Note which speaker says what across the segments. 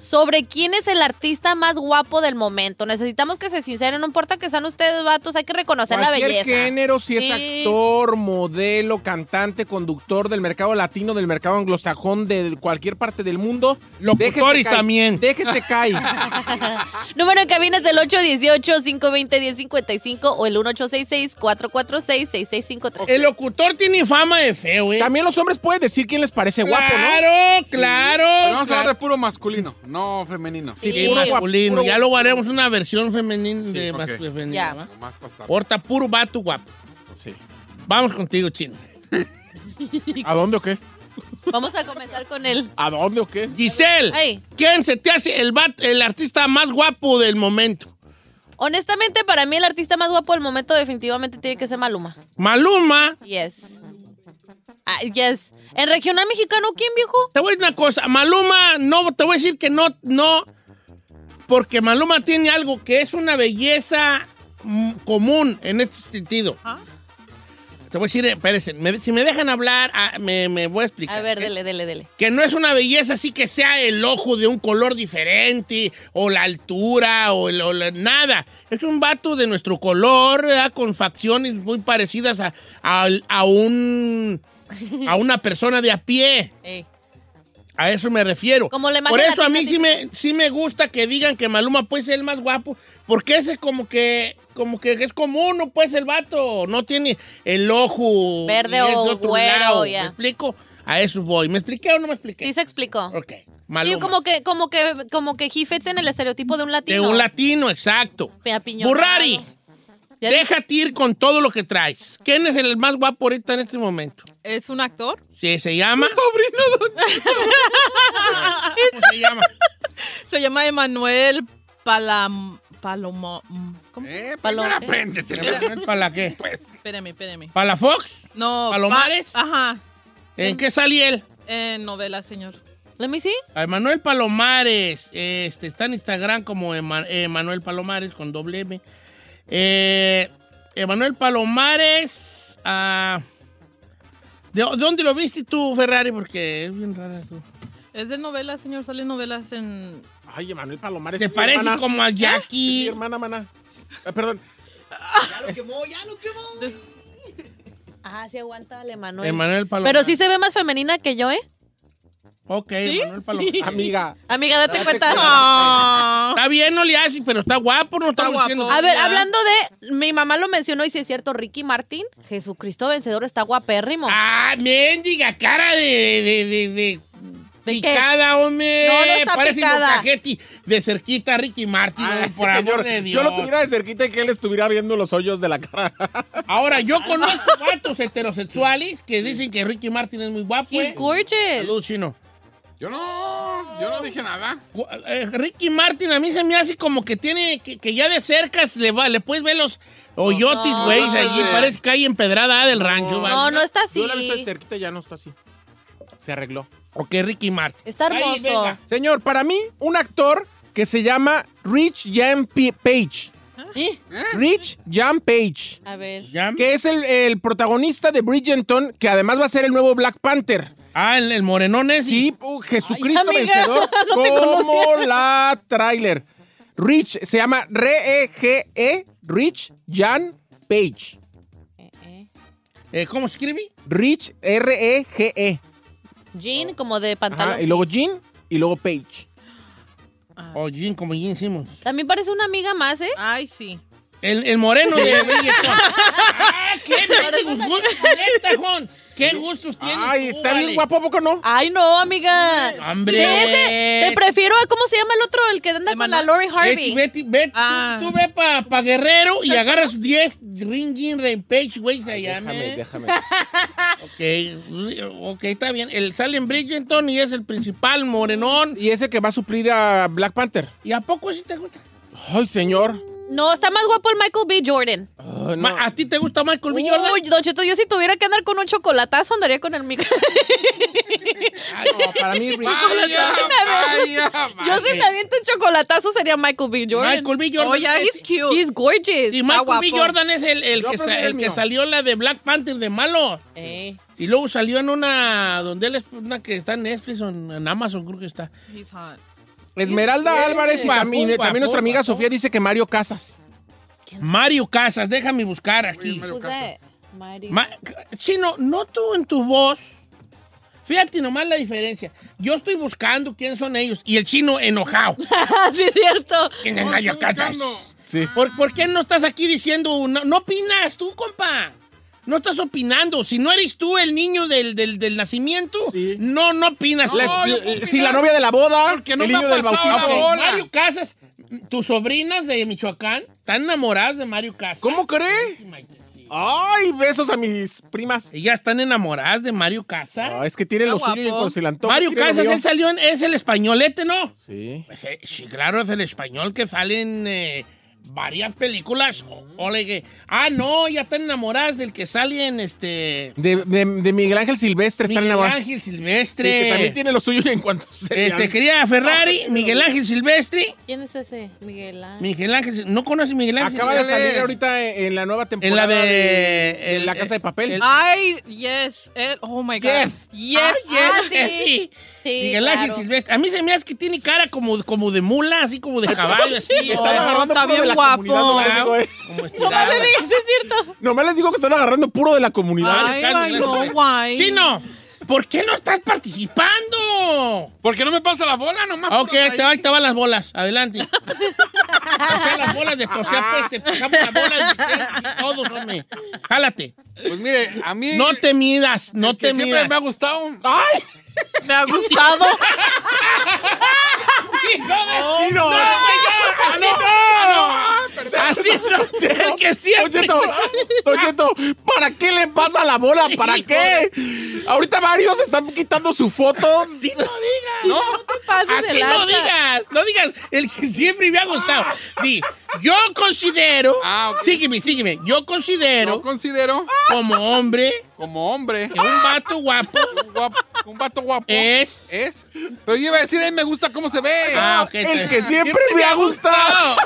Speaker 1: sobre quién es el artista más guapo del momento. Necesitamos que se sinceren. No importa que sean ustedes vatos, hay que reconocer la
Speaker 2: Cualquier
Speaker 1: belleza.
Speaker 2: género, si es
Speaker 1: Sí.
Speaker 2: actor, modelo, cantante, conductor del mercado latino, del mercado anglosajón, de cualquier parte del mundo.
Speaker 3: Locutores
Speaker 2: caer,
Speaker 3: también.
Speaker 2: Déjese caer.
Speaker 1: Número en cabina es el 818-520-1055 o el 1866-446-6653.
Speaker 3: El locutor tiene fama de feo, ¿eh?
Speaker 2: También los hombres pueden decir quién les parece guapo, ¿no?
Speaker 3: Claro, claro.
Speaker 4: Pero vamos a
Speaker 3: claro.
Speaker 4: hablar de puro masculino, no femenino.
Speaker 3: Sí,
Speaker 1: Sí.
Speaker 3: puro
Speaker 1: Puro
Speaker 3: masculino.
Speaker 2: guapo.
Speaker 3: ya luego haremos una versión femenina de
Speaker 4: ok.
Speaker 3: mas- femenina,
Speaker 1: Ya.
Speaker 3: ¿va?
Speaker 4: Nomás pa' estar-
Speaker 3: Horta, puro vato guapo.
Speaker 2: Sí.
Speaker 3: Vamos contigo, chino.
Speaker 2: ¿A dónde o qué?
Speaker 1: Vamos a comenzar con él.
Speaker 2: ¿A dónde o qué?
Speaker 3: Giselle,
Speaker 1: Ey.
Speaker 3: ¿quién se te hace el, vato- el artista más guapo del momento?
Speaker 1: Honestamente, para mí el artista más guapo del momento definitivamente tiene que ser Maluma.
Speaker 3: Maluma.
Speaker 1: Yes. Ah, yes. En regional mexicano, ¿quién, viejo?
Speaker 3: Te voy a decir una cosa. Maluma, no, te voy a decir que no, no. Porque Maluma tiene algo que es una belleza mm, común en este sentido. Te voy a decir, espérense, me- si me dejan hablar, ah, me, me voy a explicar.
Speaker 1: A ver,
Speaker 3: ¿ok?
Speaker 1: dele, dele, dele.
Speaker 3: Que no es una belleza así que sea el ojo de un color diferente o la altura o, el- o la- nada. Es un vato de nuestro color, ¿verdad? con facciones muy parecidas a, a- a un, a una persona de a pie.
Speaker 1: Ey.
Speaker 3: A eso me refiero.
Speaker 1: Como la imagen
Speaker 3: Por eso a
Speaker 1: latina
Speaker 3: mí
Speaker 1: que-
Speaker 3: sí me, sí me gusta que digan que Maluma puede ser el más guapo, porque ese como que como que es común, no puede ser el vato, no tiene el ojo
Speaker 1: Verde
Speaker 3: y es de
Speaker 1: o
Speaker 3: otro
Speaker 1: güero,
Speaker 3: lado.
Speaker 1: ya.
Speaker 3: ¿Me explico? A eso voy. ¿Me expliqué o no me expliqué?
Speaker 1: Sí se explicó.
Speaker 3: Ok.
Speaker 1: Sí,
Speaker 3: Maluma.
Speaker 1: como que, como que, como que he fits en el estereotipo de un
Speaker 3: de
Speaker 1: latino.
Speaker 3: un latino, exacto.
Speaker 1: Apiñonado.
Speaker 3: Burrari,
Speaker 1: Ya-
Speaker 3: déjate ir con todo lo que traes. ¿Quién es el más guapo ahorita en este momento?
Speaker 5: ¿Es un actor?
Speaker 3: Sí, se llama. ¿Cómo se llama?
Speaker 5: Se llama Emanuel Palam... Palomo... mm, ¿Cómo?
Speaker 4: Eh,
Speaker 1: Paloma.
Speaker 4: primero apréndete.
Speaker 3: ¿Para la qué?
Speaker 5: Espérame, espérame.
Speaker 3: ¿Para la Fox?
Speaker 5: No.
Speaker 3: ¿Palomares?
Speaker 5: pa- ajá.
Speaker 3: ¿En qué salía él?
Speaker 5: En novela, señor.
Speaker 1: Let me see.
Speaker 3: A Emanuel Palomares, este, está en Instagram como Ema- Emanuel Palomares con doble M. Eh, Emanuel Palomares, ah, ¿de, de dónde lo viste tú, Ferrari? Porque es bien rara tú.
Speaker 5: Es de novela, señor. Sale en novelas en...
Speaker 2: Ay, Emanuel Palomares.
Speaker 3: Se
Speaker 2: es mi
Speaker 3: parece
Speaker 2: hermana.
Speaker 3: como a
Speaker 2: Sí,
Speaker 3: Jackie.
Speaker 2: hermana, mana. Ah, perdón.
Speaker 1: Ah, sí aguanta el Emanuel.
Speaker 3: Emanuel Palomares.
Speaker 1: Pero sí se ve más femenina que yo, ¿eh?
Speaker 3: Ok, Emanuel Palomares.
Speaker 2: Amiga.
Speaker 1: Amiga, date cuenta.
Speaker 5: Ah.
Speaker 3: Está bien, no le haces, pero está guapo, no
Speaker 5: Está
Speaker 3: estamos
Speaker 5: guapo.
Speaker 3: diciendo.
Speaker 1: A ver,
Speaker 5: Ya.
Speaker 1: hablando de. Mi mamá lo mencionó y si es cierto, Ricky Martín, Jesucristo vencedor está guapérrimo.
Speaker 3: Ah, mendiga cara de. de, de, de-
Speaker 1: ¿De qué?
Speaker 3: picada, hombre.
Speaker 1: No, no está
Speaker 3: Parece
Speaker 1: picada.
Speaker 3: molcajete de cerquita Ricky Martin,
Speaker 2: Ay,
Speaker 3: por amor
Speaker 2: señor,
Speaker 3: de Dios.
Speaker 2: yo lo tuviera de cerquita y que él estuviera viendo los hoyos de la cara.
Speaker 3: Ahora, yo conozco vatos heterosexuales que dicen que Ricky Martin es muy guapo.
Speaker 1: He's
Speaker 3: eh.
Speaker 1: gorgeous.
Speaker 3: Salud, chino.
Speaker 4: Yo no, yo no dije nada.
Speaker 3: Gu- eh, Ricky Martin a mí se me hace como que tiene, que, que ya de cerca se le va, le puedes ver los hoyotis,
Speaker 1: No,
Speaker 3: güey,
Speaker 1: no,
Speaker 3: allí
Speaker 1: no.
Speaker 3: parece calle empedrada del rancho, ¿vale?
Speaker 1: No, no está
Speaker 2: Yo la he visto de
Speaker 1: así.
Speaker 2: cerquita y ya no está así. Se arregló.
Speaker 3: Ok, Ricky Martin.
Speaker 1: Está
Speaker 3: Ahí, venga.
Speaker 1: hermoso.
Speaker 2: Señor, para mí, un actor que se llama Rich Jan P- Page.
Speaker 1: ¿Sí?
Speaker 2: Rich Jan Page.
Speaker 1: A ver.
Speaker 3: ¿Ya?
Speaker 2: Que es el, el protagonista de Bridgerton, que además va a ser el nuevo Black Panther.
Speaker 3: Ah, el, el morenón es.
Speaker 2: Sí, uh, Jesucristo
Speaker 1: Ay, amiga,
Speaker 2: vencedor.
Speaker 1: no te
Speaker 2: como la trailer. Rich se llama R-E-G-E, E, Rich Jan Page.
Speaker 3: Eh, ¿Cómo escribí?
Speaker 2: Rich R-E-G-E.
Speaker 1: Jean, como de pantalón.
Speaker 2: E. Ajá, y luego Jean y luego Page.
Speaker 3: O Jim, como Jim Simmons.
Speaker 1: También parece una amiga más, ¿eh?
Speaker 5: Ay, sí.
Speaker 3: El, el moreno de reggaetón. ¡Ah, qué bien, gustos, neta, Juan! ¡Qué gustos tienes!
Speaker 2: Ay,
Speaker 3: tú,
Speaker 2: está
Speaker 3: vale!
Speaker 2: bien guapo, ¿a poco no?
Speaker 1: Ay, no, amiga.
Speaker 3: ¡Hombre!
Speaker 1: De ese, te prefiero a, ¿cómo se llama el otro? El que anda con la
Speaker 5: Emanuel.
Speaker 1: Lori
Speaker 3: Betty,
Speaker 1: Harvey.
Speaker 3: Betty, Betty,
Speaker 5: Ah.
Speaker 3: tú, tú ve para pa Guerrero y agarras 10 Ringing Rampage, güey, se llama.
Speaker 2: Déjame, déjame.
Speaker 3: Ok, ok, está bien. El Salen Bridgerton y es el principal morenón.
Speaker 2: ¿Y ese que va a suplir a Black Panther?
Speaker 3: ¿Y a poco sí te gusta?
Speaker 2: Ay, señor.
Speaker 1: No, está más guapo el Michael B. Jordan.
Speaker 2: Ay, no.
Speaker 3: Ma- ¿A ti te gusta Michael B. Jordan?
Speaker 1: Uy, Don Cheto, yo si tuviera que andar con un chocolatazo, andaría con el mic.
Speaker 2: Ay, no, para mí,
Speaker 4: Vaya, vaya,
Speaker 1: yo
Speaker 4: vaya.
Speaker 1: si me aviento un chocolatato sería Michael B. Jordan.
Speaker 3: Michael B. Jordan.
Speaker 5: Oh, yeah, he's cute.
Speaker 1: He's gorgeous.
Speaker 3: Y Michael
Speaker 5: Está
Speaker 3: B.
Speaker 5: guapo.
Speaker 3: Jordan es el, el
Speaker 2: Yo
Speaker 3: que, sa-
Speaker 2: prefiero el
Speaker 3: el que
Speaker 2: mío.
Speaker 3: salió en la de Black Panther de malo.
Speaker 1: Eh.
Speaker 3: Y luego salió en una donde él es una que está en Netflix o en en Amazon, creo que está.
Speaker 5: He's hot.
Speaker 2: Esmeralda
Speaker 3: Bien,
Speaker 2: Álvarez y,
Speaker 3: guapo,
Speaker 2: tam- y
Speaker 3: guapo,
Speaker 2: también nuestra amiga
Speaker 3: guapo.
Speaker 2: Sofía dice que Mario Casas.
Speaker 3: Mario Casas, déjame buscar aquí.
Speaker 4: Mario
Speaker 1: Who's
Speaker 4: Casas.
Speaker 1: that? Mighty-
Speaker 3: Ma- Chino, noto en tu voz. Fíjate nomás la diferencia. Yo estoy buscando quién son ellos. Y el chino enojado.
Speaker 1: sí, es cierto.
Speaker 3: ¿Quién es
Speaker 4: No,
Speaker 3: Mario
Speaker 4: estoy
Speaker 3: Casas?
Speaker 4: buscando.
Speaker 2: Sí.
Speaker 3: ¿Por, por qué no estás aquí diciendo, no, no opinas tú, compa? No estás opinando. Si no eres tú el niño del, del- del nacimiento,
Speaker 2: Sí.
Speaker 3: no, no opinas.
Speaker 2: La-
Speaker 3: No,
Speaker 2: eh,
Speaker 3: yo-
Speaker 2: si la novia de la boda,
Speaker 4: Porque no
Speaker 2: el
Speaker 4: me ha
Speaker 2: niño del
Speaker 4: pasado la
Speaker 2: bautizo.
Speaker 3: Ok,
Speaker 4: boda.
Speaker 3: Mario Casas, tus sobrinas de Michoacán están enamoradas de Mario Casas.
Speaker 2: ¿Cómo cree? Ay, besos a mis primas.
Speaker 3: Ellas están enamoradas de Mario Casas.
Speaker 2: Ah, es que tiene
Speaker 5: Está
Speaker 2: lo suyo y
Speaker 5: guapo.
Speaker 2: cuando se le antoja,
Speaker 3: Mario
Speaker 2: quiere lo
Speaker 3: Casas,
Speaker 2: mío.
Speaker 3: él salió en, es el españolete, ¿no?
Speaker 2: Sí.
Speaker 3: Pues, eh, sí, claro, es el español que sale en eh, varias películas. O- ole, que- ah, no, ya están enamoradas del que sale en este.
Speaker 2: De, de, de Miguel Ángel Silvestre está
Speaker 3: Miguel
Speaker 2: enamorado.
Speaker 3: Ángel
Speaker 2: Sí,
Speaker 3: Silvestre.
Speaker 2: que también tiene lo suyo y en cuanto se.
Speaker 3: Este, quería Ferrari, Miguel Ángel Silvestre.
Speaker 1: ¿Quién es ese? Miguel Ángel.
Speaker 3: Miguel Ángel, ¿no conoces a Miguel Ángel?
Speaker 2: Acaba de
Speaker 4: Miguel,
Speaker 2: salir
Speaker 4: eh.
Speaker 2: ahorita en, en la nueva
Speaker 3: en la
Speaker 2: temporada
Speaker 3: de.
Speaker 2: de
Speaker 3: el-
Speaker 2: La Casa de Papel.
Speaker 3: el-
Speaker 5: Ay, yes. Ed- oh my God.
Speaker 2: Yes.
Speaker 5: Yes.
Speaker 1: Ah,
Speaker 3: yes, eh, sí.
Speaker 1: Sí,
Speaker 3: Miguel Ángel
Speaker 1: claro.
Speaker 3: Silvestre. A mí se me hace que tiene cara como, como de mula, así como de caballo, así.
Speaker 2: Están
Speaker 5: No,
Speaker 2: agarrando
Speaker 5: está
Speaker 2: puro
Speaker 5: bien
Speaker 2: de la
Speaker 5: guapo.
Speaker 2: comunidad, nomás les digo, eh.
Speaker 3: como
Speaker 1: No
Speaker 3: estirado.
Speaker 1: más le digas, es cierto.
Speaker 2: Nomás les digo que están agarrando puro de la comunidad.
Speaker 5: Ay, I know why.
Speaker 3: Chino, ¿por qué no estás participando?
Speaker 4: ¿Por qué no me pasa la bola nomás?
Speaker 3: Ah, Ok,
Speaker 4: puros
Speaker 3: ahí
Speaker 4: ahí?
Speaker 3: te, va- ahí te van las bolas. Adelante. Tosea las bolas de tosea, pues, te pegamos las bolas de Vicente y todos, hombre. Jálate.
Speaker 4: Pues mire, a mí.
Speaker 3: No te midas, no
Speaker 4: el que
Speaker 3: te
Speaker 4: Siempre
Speaker 3: midas.
Speaker 4: me ha gustado.
Speaker 5: Me ha gustado.
Speaker 3: ¡Hijo de-
Speaker 4: Oh,
Speaker 2: Chino.
Speaker 3: ¡No,
Speaker 4: Ah,
Speaker 3: güey, ya! ¡Así no! ¡Así no! El que siempre...
Speaker 2: Oyeto, Oyeto, ¿para qué le pasa la bola? ¿Para
Speaker 3: Hijo
Speaker 2: qué? Ahorita varios están quitando su foto.
Speaker 3: ¡Así no digas!
Speaker 2: ¿No?
Speaker 1: No pases
Speaker 3: Así
Speaker 1: el
Speaker 3: no
Speaker 1: alta.
Speaker 3: digas, no digas el que siempre me ha gustado. Di, yo considero,
Speaker 4: Ah, ok.
Speaker 3: sígueme, sígueme, yo
Speaker 4: No
Speaker 3: considero
Speaker 4: considero
Speaker 3: como hombre
Speaker 4: como hombre
Speaker 3: que un vato guapo
Speaker 4: un, guapo, un vato guapo.
Speaker 3: es...
Speaker 4: Es. Pero yo iba a decir, a mí me gusta cómo se ve.
Speaker 3: Ah, ok,
Speaker 2: El
Speaker 3: está
Speaker 2: que
Speaker 3: bien.
Speaker 2: siempre me ha gustado.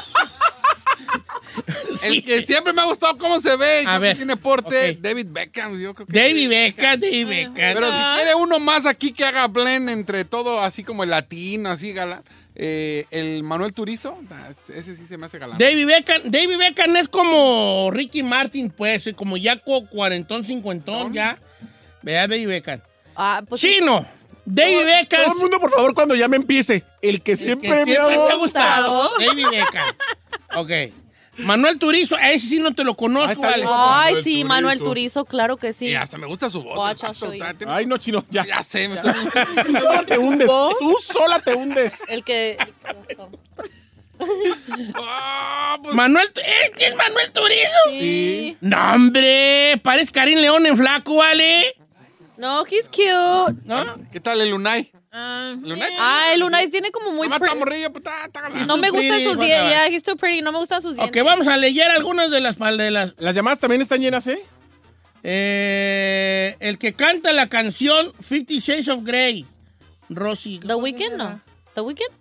Speaker 4: El que siempre me ha gustado cómo se ve.
Speaker 3: A
Speaker 4: yo
Speaker 3: ver,
Speaker 4: que tiene porte.
Speaker 3: ok.
Speaker 4: David Beckham, yo creo que.
Speaker 3: David Beckham, David Beckham.
Speaker 4: Pero si quiere uno más aquí que haga blend entre todo, así como el latino, así galán. eh, el Manuel Turizo, nah, este, ese sí se me hace galán.
Speaker 3: David Beckham, David Beckham es como Ricky Martin, pues, y como ya cu- cuarentón, cincuentón, ya. Vea, David Beckham.
Speaker 1: Ah, pues sí.
Speaker 3: Chino, David Beckham.
Speaker 2: Todo el mundo, por favor, cuando ya me empiece. El que
Speaker 3: El que
Speaker 2: siempre, me ha
Speaker 3: te
Speaker 2: gustado.
Speaker 3: gustado. David Beckham. Ok. Manuel Turizo, a ese sí no te lo
Speaker 2: Ah,
Speaker 3: conozco,
Speaker 2: está
Speaker 3: Ale.
Speaker 2: bien.
Speaker 1: Ay, sí,
Speaker 4: Manuel Turizo.
Speaker 1: Manuel Turizo, claro que sí.
Speaker 4: Y hasta me gusta su voz.
Speaker 1: Watch
Speaker 4: el
Speaker 1: out,
Speaker 4: vato,
Speaker 1: show you.
Speaker 4: está-
Speaker 2: Ay, no, chino, ya.
Speaker 4: Ya sé, me estoy...
Speaker 2: Tú sola te hundes. Tú sola te hundes.
Speaker 1: El que.
Speaker 4: Ah, pues,
Speaker 3: Manuel, Tu- ¿eh? ¿Quién es Manuel Turizo?
Speaker 1: Sí.
Speaker 3: No, hombre, parece Karim León en flaco, ¿vale?
Speaker 1: No, he's cute.
Speaker 3: ¿No?
Speaker 4: ¿Qué tal el Lunay?
Speaker 5: Ah,
Speaker 4: Lunay.
Speaker 1: Ay, Lunay tiene como muy.
Speaker 4: Mamá, está
Speaker 1: pre-
Speaker 4: morrillo, pues, está- está galán.
Speaker 1: No me
Speaker 3: Too
Speaker 1: gustan
Speaker 3: pretty,
Speaker 1: sus
Speaker 3: guacala.
Speaker 1: dientes. Yeah, he's too pretty. No me gustan sus
Speaker 3: Ok,
Speaker 1: dientes.
Speaker 3: vamos a leer algunas de las... De las
Speaker 2: Las llamadas también están llenas, ¿eh?
Speaker 3: eh, el que canta la canción Fifty Shades of Grey, Rosy.
Speaker 1: The Weeknd, no. The Weeknd.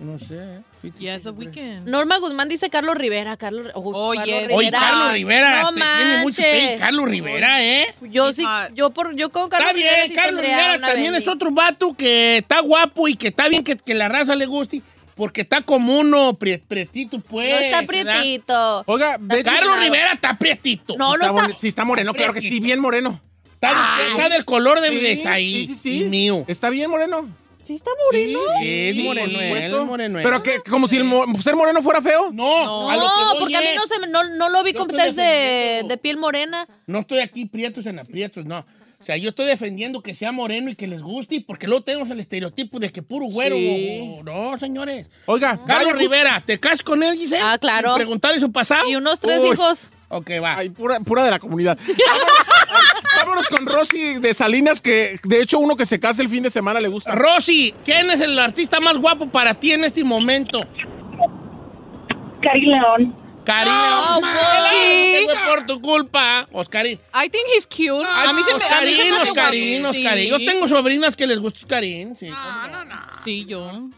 Speaker 3: No sé. ¿eh? Fifty
Speaker 5: yes,
Speaker 3: Shades
Speaker 5: the
Speaker 3: of Grey.
Speaker 5: weekend.
Speaker 1: Rivera. Norma Guzmán dice Carlos Rivera. Carlos, uy,
Speaker 5: Oh,
Speaker 1: Carlos
Speaker 5: yes.
Speaker 3: Oye, Carlos Rivera,
Speaker 1: No
Speaker 3: te tiene mucho
Speaker 1: manches.
Speaker 3: pay, Carlos Rivera, ¿eh?
Speaker 1: Yo sí, yo por, yo con Carlos
Speaker 3: Está bien,
Speaker 1: Rivera sí
Speaker 3: Carlos
Speaker 1: tendría
Speaker 3: Rivera
Speaker 1: una
Speaker 3: también
Speaker 1: baby.
Speaker 3: es otro vato que está guapo y que está bien que, que la raza le guste, porque está como uno prie- prietito, pues.
Speaker 1: No está
Speaker 3: ¿verdad?
Speaker 1: prietito.
Speaker 2: Oiga, de
Speaker 3: Carlos
Speaker 1: Claro.
Speaker 3: Rivera está prietito.
Speaker 1: No, no
Speaker 2: está
Speaker 1: está.
Speaker 2: boni- Sí, está moreno, claro que sí, bien moreno.
Speaker 3: Está, está del color de,
Speaker 2: Sí,
Speaker 3: de
Speaker 2: sí,
Speaker 3: ahí
Speaker 2: sí, sí.
Speaker 3: y mío.
Speaker 2: Está bien moreno.
Speaker 1: ¿Sí está moreno?
Speaker 3: Sí, es
Speaker 2: por
Speaker 3: moreno,
Speaker 2: supuesto.
Speaker 3: es moreno.
Speaker 2: Pero que como si el mo- ser moreno fuera feo.
Speaker 3: No,
Speaker 5: No,
Speaker 3: a lo que
Speaker 1: No,
Speaker 3: voy
Speaker 1: porque a mí
Speaker 3: es-
Speaker 1: no, se, me- no, no lo vi
Speaker 3: Yo
Speaker 1: con
Speaker 3: estoy
Speaker 1: test de,
Speaker 3: defendiendo.
Speaker 1: de piel morena.
Speaker 3: No estoy aquí prietos en aprietos, no. O sea, yo estoy defendiendo que sea moreno y que les guste, y porque luego tenemos el estereotipo de que puro güero.
Speaker 2: Sí.
Speaker 3: No, señores.
Speaker 2: Oiga,
Speaker 3: Carlos
Speaker 2: Gallo
Speaker 3: Rivera, ¿te casas con él, Giselle?
Speaker 1: pues. Ah, claro.
Speaker 3: Sin Preguntarle su pasado.
Speaker 1: Y unos tres
Speaker 2: Uy.
Speaker 1: hijos.
Speaker 3: Ok, va.
Speaker 2: Ay, pura, pura de la comunidad. Vámonos, ay, vámonos con Rosy de Salinas, que de hecho uno que se casa el fin de semana le gusta.
Speaker 3: Rosy, ¿quién es el artista más guapo para ti en este momento?
Speaker 6: Cari León.
Speaker 3: Karina.
Speaker 1: No,
Speaker 3: Mala, fue Ah, por tu culpa, Oscarín.
Speaker 5: I think he's cute. a mí se me, a mí
Speaker 3: Ah, Oscarín,
Speaker 5: se me hace
Speaker 3: Oscarín,
Speaker 5: guapo.
Speaker 3: Oscarín. Yo
Speaker 5: Sí.
Speaker 3: tengo sobrinas que les gusta Oscarín. Sí,
Speaker 5: Sí, yo.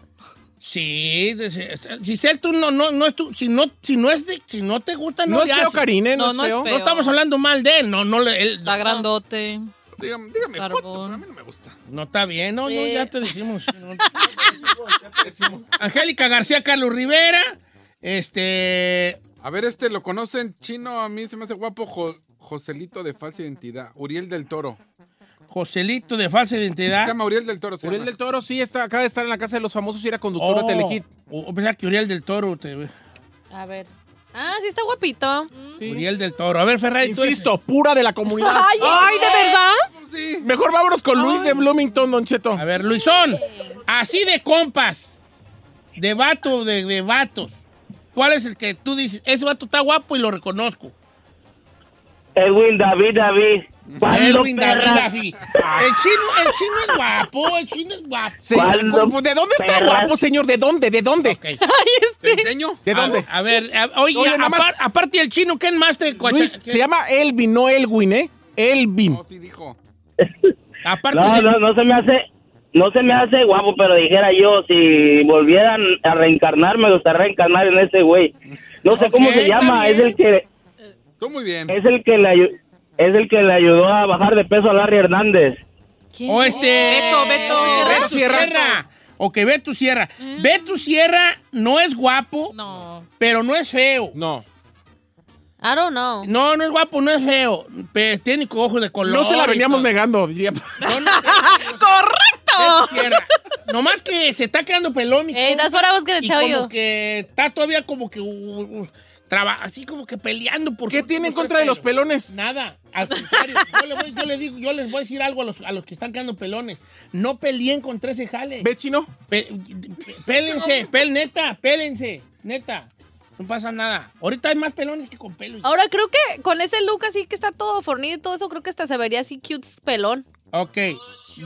Speaker 3: Sí, de- de- Giselle, tú no, no, no es tú, si no, si no es de- si no te gusta, no,
Speaker 2: No
Speaker 3: le
Speaker 2: es feo,
Speaker 3: haces.
Speaker 2: Karine, no,
Speaker 5: No, no
Speaker 2: es
Speaker 5: es
Speaker 2: feo.
Speaker 3: No estamos hablando mal de él, no, no, le- él-
Speaker 5: Está grandote.
Speaker 4: Dígame, dígame
Speaker 5: Barbón.
Speaker 4: joto, pero a mí no me gusta.
Speaker 3: no está bien, no, no,
Speaker 1: Sí.
Speaker 3: ya te decimos. No, ya te decimos. Angélica García, Carlos Rivera, este,
Speaker 4: A ver, este lo conocen chino, a mí se me hace guapo Jo- Joselito de falsa identidad. Uriel del Toro.
Speaker 3: Joselito de falsa
Speaker 4: Se
Speaker 3: identidad.
Speaker 4: llama Uriel del Toro, se
Speaker 2: Uriel
Speaker 4: llama.
Speaker 2: del Toro sí está, acaba de estar en la casa de los famosos y era conductor
Speaker 3: Oh,
Speaker 2: de Telehit.
Speaker 3: o- o pensaba que Uriel del Toro, te-
Speaker 1: A ver. Ah, sí está guapito.
Speaker 3: Uriel del Toro. A ver, Ferrari, tú eres-
Speaker 2: Insisto, pura de la comunidad.
Speaker 5: Ay, ¿de verdad?
Speaker 4: Sí.
Speaker 2: Mejor vámonos con Luis de Bloomington, Don Cheto.
Speaker 3: A ver, Luisón, así de compas, de vato, de, de vatos, ¿cuál es el que tú dices, ese vato está guapo y lo reconozco?
Speaker 6: Edwin David David. ¿Cuándo,
Speaker 3: Erwin David
Speaker 6: perra?
Speaker 3: David. El chino, el chino es guapo, el chino es guapo.
Speaker 2: Señor,
Speaker 6: ¿Cuándo,
Speaker 2: ¿cómo- ¿de dónde está
Speaker 6: perras?
Speaker 2: guapo, señor? ¿De dónde? ¿De dónde?
Speaker 3: Ok.
Speaker 4: ¿Te enseño?
Speaker 2: ¿De dónde?
Speaker 3: A, a ver, a- oye,
Speaker 2: Oye, nada más-
Speaker 3: apar- aparte del chino, ¿quién más te
Speaker 2: Luis,
Speaker 3: ¿quién-
Speaker 2: se llama Elvin, no Elwin, ¿eh? Elvin.
Speaker 4: No, sí dijo.
Speaker 3: Aparte
Speaker 6: No,
Speaker 3: de-
Speaker 6: no, no se me hace, no se me hace guapo, pero dijera yo, si volvieran a reencarnar, me gustaría reencarnar en ese güey. No sé cómo
Speaker 3: Ok,
Speaker 6: se llama, es
Speaker 3: está
Speaker 6: el que,
Speaker 4: Tú muy bien.
Speaker 3: Eh,
Speaker 6: es el que le ayu- es el que le ayudó a bajar de peso a Larry Hernández.
Speaker 3: O este.
Speaker 5: Beto, Beto.
Speaker 3: Beto
Speaker 2: Sierra.
Speaker 3: Sierra. Ok, Beto Sierra. Beto Sierra no es guapo,
Speaker 5: Mm. No.
Speaker 3: pero no es feo.
Speaker 2: No.
Speaker 1: I don't know.
Speaker 3: No, no es guapo, no es feo. Pero tiene ojos de color.
Speaker 2: No se la veníamos
Speaker 3: y todo.
Speaker 2: negando, diría.
Speaker 5: ¡Correcto!
Speaker 3: Beto Sierra. Nomás que se está quedando pelón. y
Speaker 1: Hey,
Speaker 3: todo.
Speaker 1: that's what I was gonna
Speaker 3: y
Speaker 1: tell
Speaker 3: como
Speaker 1: you.
Speaker 3: que está todavía como que uh, uh, traba- así como que peleando por
Speaker 2: ¿Qué
Speaker 3: su-
Speaker 2: tiene en
Speaker 3: por su
Speaker 2: contra de los
Speaker 3: pelo.
Speaker 2: pelones?
Speaker 3: Nada, al contrario, yo, le voy, yo le digo, yo les voy a decir algo a los, a los que están quedando pelones. No peleen contra ese jale.
Speaker 2: ¿Ves, chino?
Speaker 3: Pe- pélense, pel, neta, pélense, neta. No pasa nada. Ahorita hay más pelones que con pelo.
Speaker 1: Ahora creo que con ese look así que está todo fornido y todo eso, creo que hasta se vería así cute pelón.
Speaker 3: Ok.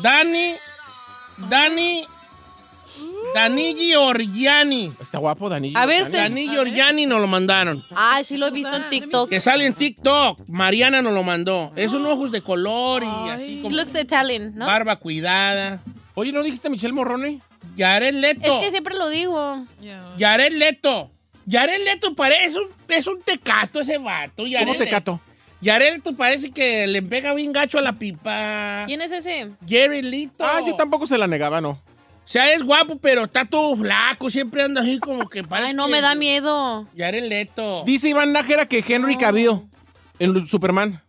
Speaker 3: Dani, Dani, Danigi Orgiani.
Speaker 2: Está guapo, Dani.
Speaker 1: A ver, se-
Speaker 3: Dani Orgiani nos lo mandaron.
Speaker 1: Ay, sí lo he visto en TikTok.
Speaker 3: Que sale en TikTok. Mariana nos lo mandó. Es un ojos de color y así como
Speaker 1: Looks Italian, ¿no?
Speaker 3: barba cuidada.
Speaker 2: Oye, ¿no dijiste Michelle Morrone?
Speaker 3: Yaret
Speaker 1: Es
Speaker 3: Leto.
Speaker 1: que siempre lo digo.
Speaker 5: Yeah.
Speaker 3: Yaret Leto. Yaret Leto parece es un, es un tecato ese vato. Yaret
Speaker 2: ¿Cómo te
Speaker 3: Leto.
Speaker 2: cato?
Speaker 3: Yaret Leto parece que le pega bien gacho a la pipa.
Speaker 1: ¿Quién es ese?
Speaker 3: Jerry Leto.
Speaker 2: Ah, yo tampoco se la negaba, no.
Speaker 3: O sea, es guapo, pero está todo flaco. Siempre anda así como que parece.
Speaker 1: Ay, no,
Speaker 3: que-
Speaker 1: me da miedo.
Speaker 3: Jared Leto.
Speaker 2: Dice Iván Nájera que Henry Cavill en Superman.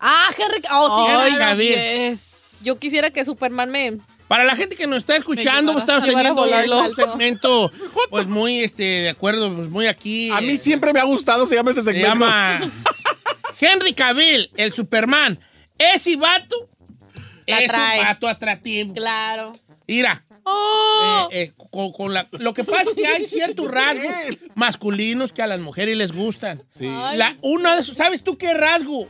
Speaker 1: Ah, Henry. Oh, sí.
Speaker 3: Ay,
Speaker 5: Ay,
Speaker 3: Javier.
Speaker 5: yes.
Speaker 1: Yo quisiera que Superman me.
Speaker 3: Para la gente que nos está escuchando,
Speaker 5: Me llevará-
Speaker 3: estamos
Speaker 1: me llevará
Speaker 3: teniendo
Speaker 1: a volar
Speaker 3: un
Speaker 1: el salto.
Speaker 3: segmento, pues muy, este, de acuerdo, pues muy aquí.
Speaker 2: A mí
Speaker 3: eh,
Speaker 2: siempre me ha gustado, se llama ese
Speaker 3: Se
Speaker 2: segmento.
Speaker 3: llama Henry Cavill, el Superman. Ese vato
Speaker 1: La
Speaker 3: es
Speaker 1: trae.
Speaker 3: un vato atractivo.
Speaker 1: Claro.
Speaker 3: Mira,
Speaker 1: Oh.
Speaker 3: eh, eh, con, con la- lo que pasa es que hay ciertos rasgos masculinos que a las mujeres les gustan.
Speaker 1: Ay,
Speaker 3: La, uno de esos, ¿sabes tú qué rasgo?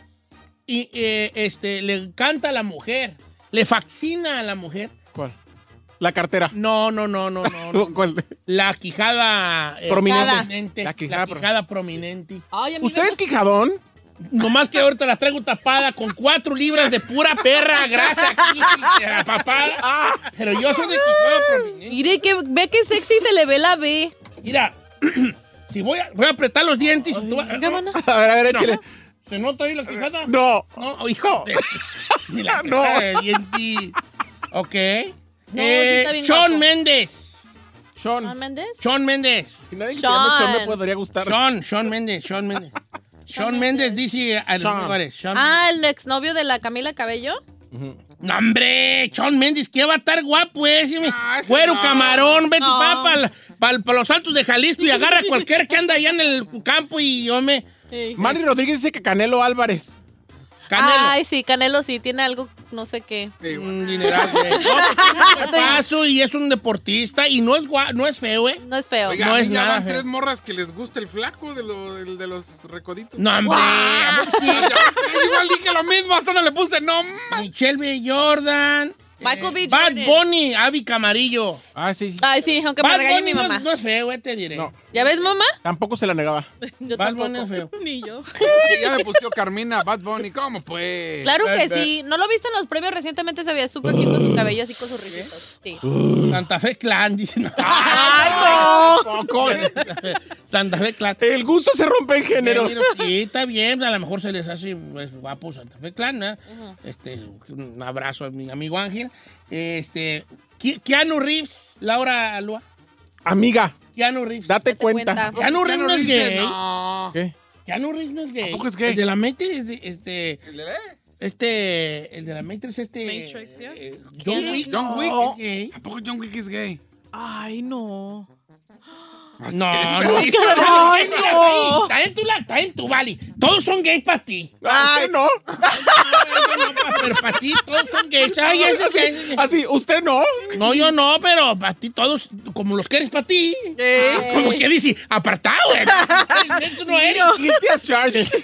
Speaker 3: Y eh, este, le encanta a la mujer. Le fascina a la mujer.
Speaker 2: ¿Cuál? La cartera.
Speaker 3: No, no, no, no, no. no.
Speaker 2: ¿Cuál?
Speaker 3: La quijada eh,
Speaker 2: Prominente.
Speaker 3: La
Speaker 2: La
Speaker 3: quijada,
Speaker 2: quijada
Speaker 3: la
Speaker 2: pro-
Speaker 3: quijada prominente.
Speaker 1: Ay, a mí me
Speaker 2: ¿Usted es quijadón?
Speaker 3: Nomás que ahorita la traigo tapada con cuatro libras de pura perra grasa aquí, de la papada.
Speaker 2: Ah.
Speaker 3: Pero yo soy de Quijada prominente.
Speaker 1: Mire que ve que sexy se le ve la B.
Speaker 3: Mira, si voy a, voy a apretar los dientes y tú vas-
Speaker 2: A ver, a ver, échale.
Speaker 3: ¿Se nota ahí la quijada?
Speaker 2: No.
Speaker 3: No, oh, hijo. Ni la
Speaker 2: No.
Speaker 3: quijada de diente. Ok.
Speaker 1: sí
Speaker 3: Eh,
Speaker 1: está bien
Speaker 3: Sean
Speaker 1: guapo.
Speaker 3: Méndez.
Speaker 2: Sean.
Speaker 1: ¿Juan Méndez?
Speaker 3: Sean Méndez.
Speaker 2: Si nadie que se llame Sean me
Speaker 1: Sean.
Speaker 2: podría gustar.
Speaker 3: Sean, Sean Méndez, Sean Méndez. Sean Méndez dice a los
Speaker 2: Sean.
Speaker 3: lugares. Sean
Speaker 1: Ah, el exnovio de la Camila Cabello.
Speaker 2: Ujú.
Speaker 3: No, hombre, Sean Méndez, que va a estar guapo ese. mi-
Speaker 4: Ah, ese
Speaker 3: Güero
Speaker 4: no.
Speaker 3: camarón, vete
Speaker 5: No.
Speaker 3: para los altos de Jalisco y agarra a cualquier que anda allá en el campo y yo me.
Speaker 2: Manny Rodríguez dice que Canelo Álvarez.
Speaker 3: Canelo.
Speaker 1: Ay, sí, Canelo sí tiene algo, no sé qué.
Speaker 3: Un dineral, güey. No, pues, un paso y es un deportista y no es, gua- no es feo, ¿eh?
Speaker 1: No es feo.
Speaker 4: Oiga,
Speaker 3: No
Speaker 4: a mí
Speaker 3: es
Speaker 4: ya
Speaker 3: nada,
Speaker 4: van
Speaker 3: feo.
Speaker 4: tres morras que les gusta el flaco de, lo- el de los recoditos. Ah,
Speaker 3: No, hombre. a ver si-
Speaker 4: Ya, ya, igual dije lo mismo, hasta no le puse nombre.
Speaker 3: Michelle B. Jordan.
Speaker 1: Michael B.
Speaker 3: Bad
Speaker 1: Jordan.
Speaker 3: Bunny, Abby Camarillo.
Speaker 2: Ah, sí, sí.
Speaker 1: Ay, sí, aunque me
Speaker 3: Bad
Speaker 1: regañe mi
Speaker 3: no-
Speaker 1: mamá.
Speaker 3: No, es feo, eh, te diré.
Speaker 2: No.
Speaker 1: ¿Ya ves, mamá?
Speaker 2: Tampoco se la negaba.
Speaker 1: Yo
Speaker 3: Bad
Speaker 1: tampoco.
Speaker 3: Bunny es feo.
Speaker 5: Ni yo.
Speaker 4: Ya me puso Carmina, Bad Bunny, ¿cómo pues?
Speaker 1: Claro que
Speaker 3: Bad-
Speaker 1: sí. ¿No lo viste en los premios? Recientemente se veía súper cute con su cabello así con sus risitos. Sí.
Speaker 3: Santa Fe Clan, dicen.
Speaker 2: Tampoco.
Speaker 3: Santa Fe Clan.
Speaker 2: El gusto se rompe en géneros.
Speaker 3: Sí, está bien, a lo mejor se les hace pues, guapo Santa Fe Clan, ¿verdad? este, Un abrazo a mi amigo Ángel. Este, Ke- Keanu Reeves, Laura Alua.
Speaker 2: Amiga,
Speaker 3: Keanu Reeves.
Speaker 2: date
Speaker 1: Date
Speaker 2: cuenta.
Speaker 1: cuenta.
Speaker 3: Keanu Reeves no es gay.
Speaker 4: No.
Speaker 2: ¿Qué?
Speaker 3: Keanu Reeves no es gay.
Speaker 4: ¿A poco es gay?
Speaker 3: El de la mente es de- este...
Speaker 4: ¿El de qué?
Speaker 3: Este, el de la Matrix, este.
Speaker 5: Matrix, ¿ya?
Speaker 3: eh, John Wick.
Speaker 4: John Wick.
Speaker 3: ¿Es gay?
Speaker 4: ¿A poco John Wick es gay?
Speaker 5: Ay, no.
Speaker 3: Ah, No, no.
Speaker 5: Ay,
Speaker 3: Sí,
Speaker 5: no.
Speaker 3: Está en tu, la- está en tu vali. Todos son gays para ti.
Speaker 2: Ah, usted no.
Speaker 3: No, no, pa- pero para ti todos son gays. Ay, ese es gay.
Speaker 2: Así, usted no.
Speaker 3: No, yo no, pero para ti todos, como los quieres para ti. Ah, Como que dice, apartado, eh. güey. Eso no eres. No,
Speaker 2: Guilty as charged.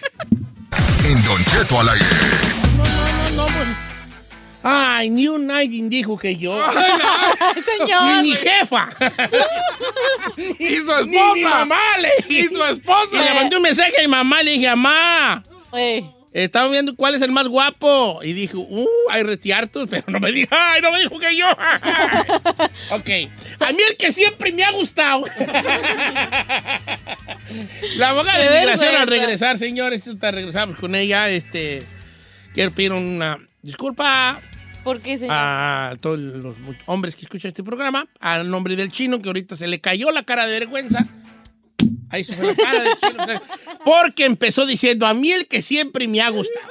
Speaker 7: En Don Cheto al aire.
Speaker 3: no, no, no, pues. Ay, ni un alguien dijo que yo.
Speaker 1: Ay, señor.
Speaker 3: Ni mi jefa.
Speaker 4: ¡Y su
Speaker 3: Ni mi
Speaker 4: esposa!
Speaker 3: mamá le
Speaker 4: ¡Y su esposa!
Speaker 3: Y le mandé un mensaje a mi mamá, le dije, mamá,
Speaker 1: Ey.
Speaker 3: estamos viendo cuál es el más guapo. Y dijo, uh, hay retiartos, pero no me dijo, ay, no me dijo que yo. ok, a mí el que siempre me ha gustado. La abogada
Speaker 1: Qué
Speaker 3: de inmigración al
Speaker 1: vergüenza.
Speaker 3: regresar, señores, ahorita regresamos con ella, este, quiero pedir una disculpa
Speaker 1: ¿Por qué,
Speaker 3: Ah.
Speaker 1: señor?
Speaker 3: a todos los hombres que escuchan este programa, al nombre del chino, que ahorita se le cayó la cara de vergüenza. Ahí se fue la cara del chino. o sea, Porque empezó diciendo, a mí el que siempre me ha gustado.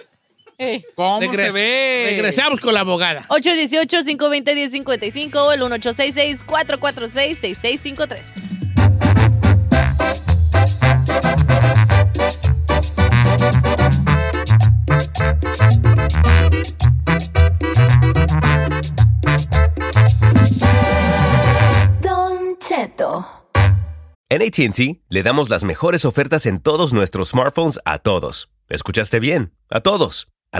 Speaker 1: Ey.
Speaker 4: ¿Cómo
Speaker 3: Regres-
Speaker 4: se ve?
Speaker 3: Regresamos con la abogada.
Speaker 1: 818-520-1055 o el 1866-446-6653.
Speaker 8: Don Cheto.
Speaker 9: En ATT le damos las mejores ofertas en todos nuestros smartphones a todos. ¿Escuchaste bien? A todos. A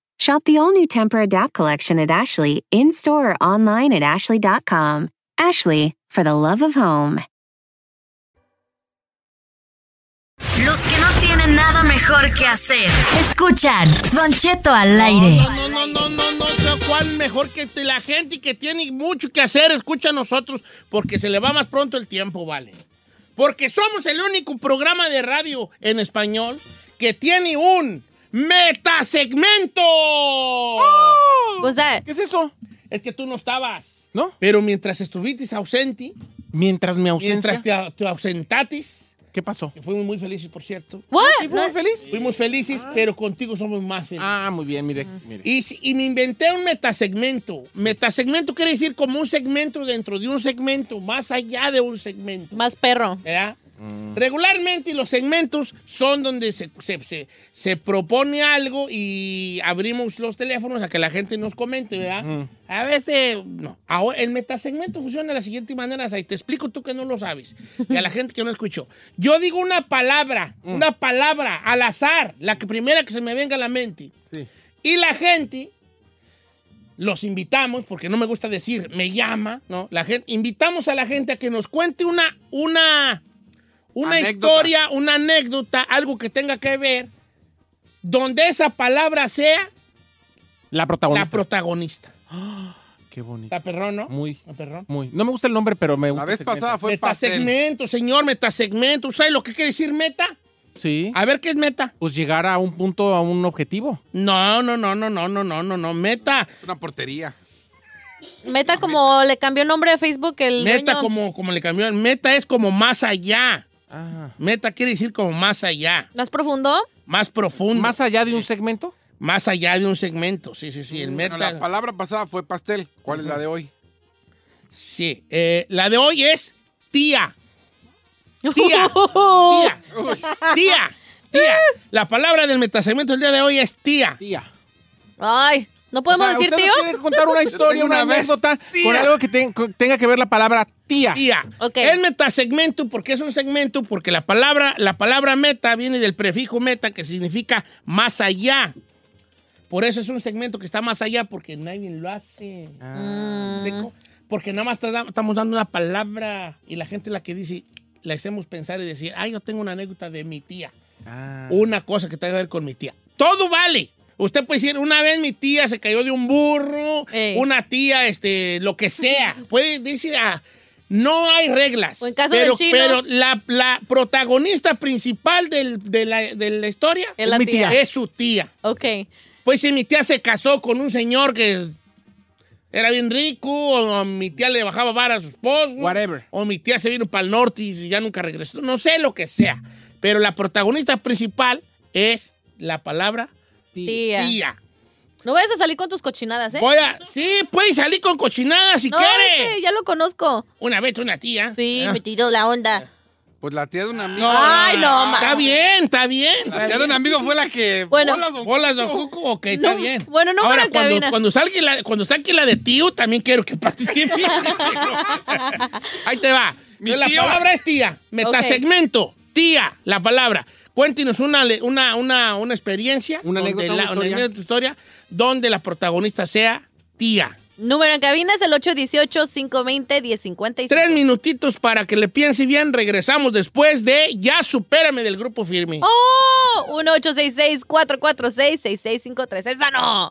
Speaker 10: Shop the all new Temper Adapt collection at Ashley in store or online at ashley.com. Ashley, for the love of home.
Speaker 8: Los que no tienen nada mejor que hacer, escuchan Don Cheto al
Speaker 2: Eh.
Speaker 8: aire.
Speaker 3: No, no, no, no, no, no, Juan, mejor que te- la gente que tiene mucho que hacer, escucha a nosotros, porque se le va más pronto el tiempo, vale. Porque somos el único programa de radio en español que tiene un metasegmento.
Speaker 2: ¿Qué es eso?
Speaker 3: Es que tú no estabas.
Speaker 2: ¡Oh! ¿No?
Speaker 3: Pero mientras estuviste ausente,
Speaker 2: Mientras me ausencia.
Speaker 3: mientras te, au- te ausentatis,
Speaker 2: ¿Qué pasó?
Speaker 3: que fuimos muy felices, por cierto.
Speaker 1: ¿What?
Speaker 2: ¿Sí fue muy feliz?
Speaker 3: Fuimos felices, pero contigo somos más felices.
Speaker 2: Ah, muy bien, mire, mire.
Speaker 3: Y, si- y me inventé un metasegmento. Metasegmento quiere decir como un segmento dentro de un segmento, más allá de un segmento.
Speaker 1: Más perro.
Speaker 3: ¿Verdad? Regularmente los segmentos son donde se, se- se- se propone algo y abrimos los teléfonos a que la gente nos comente, ¿verdad? A veces, no. Ahora, el metasegmento funciona de la siguiente manera, Sai. Te explico tú que no lo sabes. Y a la gente que no escuchó. Yo digo una palabra, una palabra al azar, la que primera que se me venga a la mente.
Speaker 2: Sí.
Speaker 3: Y la gente, los invitamos, porque no me gusta decir, me llama, ¿no? La gente, invitamos a la gente a que nos cuente una, una, una
Speaker 4: Anécdota.
Speaker 3: historia, una anécdota, algo que tenga que ver, donde esa palabra sea
Speaker 2: La
Speaker 3: la
Speaker 2: protagonista.
Speaker 3: protagonista.
Speaker 2: Qué bonito.
Speaker 3: Está perrón, ¿no?
Speaker 2: Muy,
Speaker 3: Está perrón.
Speaker 2: muy. No me gusta el nombre, pero me gusta. el
Speaker 4: La vez
Speaker 2: segmento.
Speaker 4: pasada fue pastel.
Speaker 3: Metasegmento, señor, metasegmento. ¿Sabes lo que quiere decir meta?
Speaker 2: Sí.
Speaker 3: A ver qué es meta.
Speaker 2: Pues llegar a un punto, a un objetivo.
Speaker 3: No, no, no, no, no, no, no, no, no. Meta.
Speaker 4: Una portería.
Speaker 1: Meta como le cambió nombre a Facebook el
Speaker 3: Meta,
Speaker 1: dueño.
Speaker 3: como, como le cambió. Meta es como más allá.
Speaker 2: Ah.
Speaker 3: Meta quiere decir como más allá.
Speaker 1: ¿Más profundo?
Speaker 3: Más profundo.
Speaker 2: Más allá de un segmento.
Speaker 3: Más allá de un segmento. Sí, sí, sí. El
Speaker 4: Bueno,
Speaker 3: meta.
Speaker 4: la palabra pasada fue pastel. ¿Cuál es la de hoy?
Speaker 3: Sí. Eh, la de hoy es tía. Tía.
Speaker 4: Oh.
Speaker 3: Tía. Tía. Tía. La palabra del metasegmento del día de hoy es tía.
Speaker 2: Tía.
Speaker 1: Ay, ¿no podemos
Speaker 2: O sea,
Speaker 1: decir
Speaker 2: usted
Speaker 1: tío?
Speaker 2: nos quiere contar una historia,
Speaker 4: Tengo
Speaker 2: una,
Speaker 4: una vez,
Speaker 2: anécdota
Speaker 4: tía.
Speaker 2: con algo que te- con- tenga que ver la palabra tía.
Speaker 3: Tía.
Speaker 1: Ok.
Speaker 3: El metasegmento, porque es un segmento, porque la palabra, la palabra meta viene del prefijo meta, que significa más allá. Por eso es un segmento que está más allá, porque nadie lo hace. ¿Explico?
Speaker 1: Mm.
Speaker 3: Porque nada más tra- estamos dando una palabra y la gente la que dice, la hacemos pensar y decir, ay, yo tengo una anécdota de mi tía.
Speaker 1: Ah.
Speaker 3: Una cosa que tenga que ver con mi tía. Todo vale. Usted puede decir, una vez mi tía se cayó de un burro,
Speaker 1: Ey.
Speaker 3: una tía, este, lo que sea. Puede decir, ah, no hay reglas.
Speaker 1: O en caso
Speaker 3: pero,
Speaker 1: del chino.
Speaker 3: pero la, la protagonista principal del- de, la, de la historia
Speaker 1: Es la
Speaker 3: mi
Speaker 1: tía.
Speaker 3: es su tía.
Speaker 1: Ok.
Speaker 3: Pues si mi tía se casó con un señor que era bien rico, o, o mi tía le bajaba vara a su esposo,
Speaker 2: Whatever.
Speaker 3: o mi tía se vino para el norte y ya nunca regresó, no sé lo que sea. Pero la protagonista principal es la palabra
Speaker 1: Tía.
Speaker 3: tía.
Speaker 1: No vayas a salir con tus cochinadas, ¿eh?
Speaker 3: Voy a, sí, puede salir con cochinadas si
Speaker 1: no,
Speaker 3: quiere.
Speaker 1: este, ya lo conozco.
Speaker 3: Una vez una tía.
Speaker 1: Sí,
Speaker 3: Ah.
Speaker 1: me tiró la onda.
Speaker 4: Pues la tía de un amigo.
Speaker 3: No,
Speaker 1: Ay, no, ma-
Speaker 3: Está bien, está bien.
Speaker 4: La
Speaker 3: está
Speaker 4: tía de un
Speaker 3: bien.
Speaker 4: amigo fue la que.
Speaker 1: Bueno.
Speaker 4: Bolas, don-
Speaker 3: Hola, don Cuco, ok, está
Speaker 1: No,
Speaker 3: bien.
Speaker 1: bueno, no,
Speaker 3: Ahora,
Speaker 1: pero
Speaker 3: cuando,
Speaker 1: cabina.
Speaker 3: cuando salga la, cuando saque la de tío, también quiero que participe. Ahí te va.
Speaker 4: Mi
Speaker 3: la
Speaker 4: tío.
Speaker 3: palabra es tía. Metasegmento. Tía, la palabra. Cuéntenos una, le- una, una, una experiencia.
Speaker 2: Una
Speaker 3: donde
Speaker 2: anécdota, una
Speaker 3: la, una
Speaker 2: historia.
Speaker 3: anécdota, historia donde la protagonista sea tía.
Speaker 1: Número en cabina es el 818-520-1055.
Speaker 3: Tres minutitos para que le piense bien. Regresamos después de Ya supérame del grupo firme.
Speaker 1: ¡Oh! 1-866-446-6653. ¡Esa no!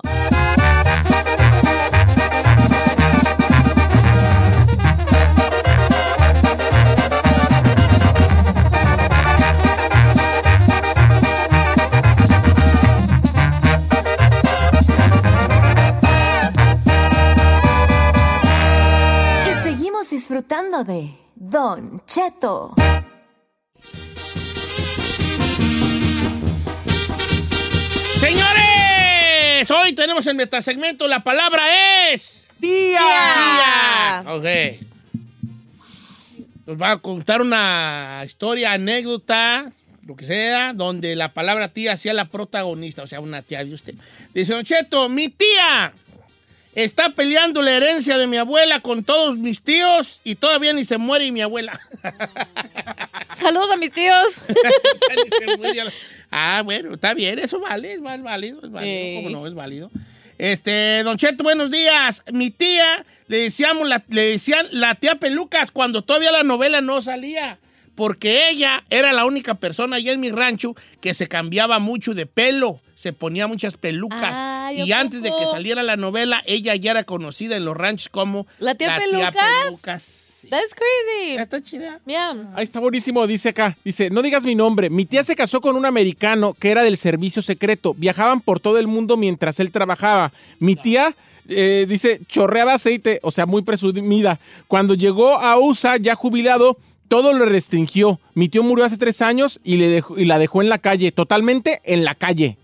Speaker 8: Y seguimos disfrutando de Don Cheto.
Speaker 3: Señores, hoy tenemos en metasegmento la palabra es
Speaker 1: Tía.
Speaker 3: Ok. Nos va a contar una historia, anécdota, lo que sea, donde la palabra tía sea la protagonista, o sea, una tía de usted. Dice, Don Cheto, mi tía está peleando la herencia de mi abuela con todos mis tíos y todavía ni se muere mi abuela.
Speaker 1: Saludos a mis tíos.
Speaker 3: Ni se muere a la- ah, bueno, está bien, eso vale, es val- válido, es válido,
Speaker 1: Sí.
Speaker 3: cómo no, es válido. Este, Don Cheto, buenos días. Mi tía, le decíamos, la, le decían la tía Pelucas cuando todavía la novela no salía. porque ella era la única persona allá en mi rancho que se cambiaba mucho de pelo, se ponía muchas pelucas.
Speaker 1: Ay, ¿a
Speaker 3: y antes de
Speaker 1: poco?
Speaker 3: que saliera la novela, ella ya era conocida en los ranchos como
Speaker 1: ¿La tía Pelucas? That's crazy.
Speaker 3: Está chida.
Speaker 1: Bien.
Speaker 2: Ahí está buenísimo, dice acá. Dice, no digas mi nombre. Mi tía se casó con un americano que era del servicio secreto. Viajaban por todo el mundo mientras él trabajaba. Mi tía, eh, dice, chorreaba aceite, o sea, muy presumida. Cuando llegó a USA, ya jubilado, todo lo restringió. Mi tío murió hace tres años y, le dejó- y la dejó en la calle, totalmente en la calle.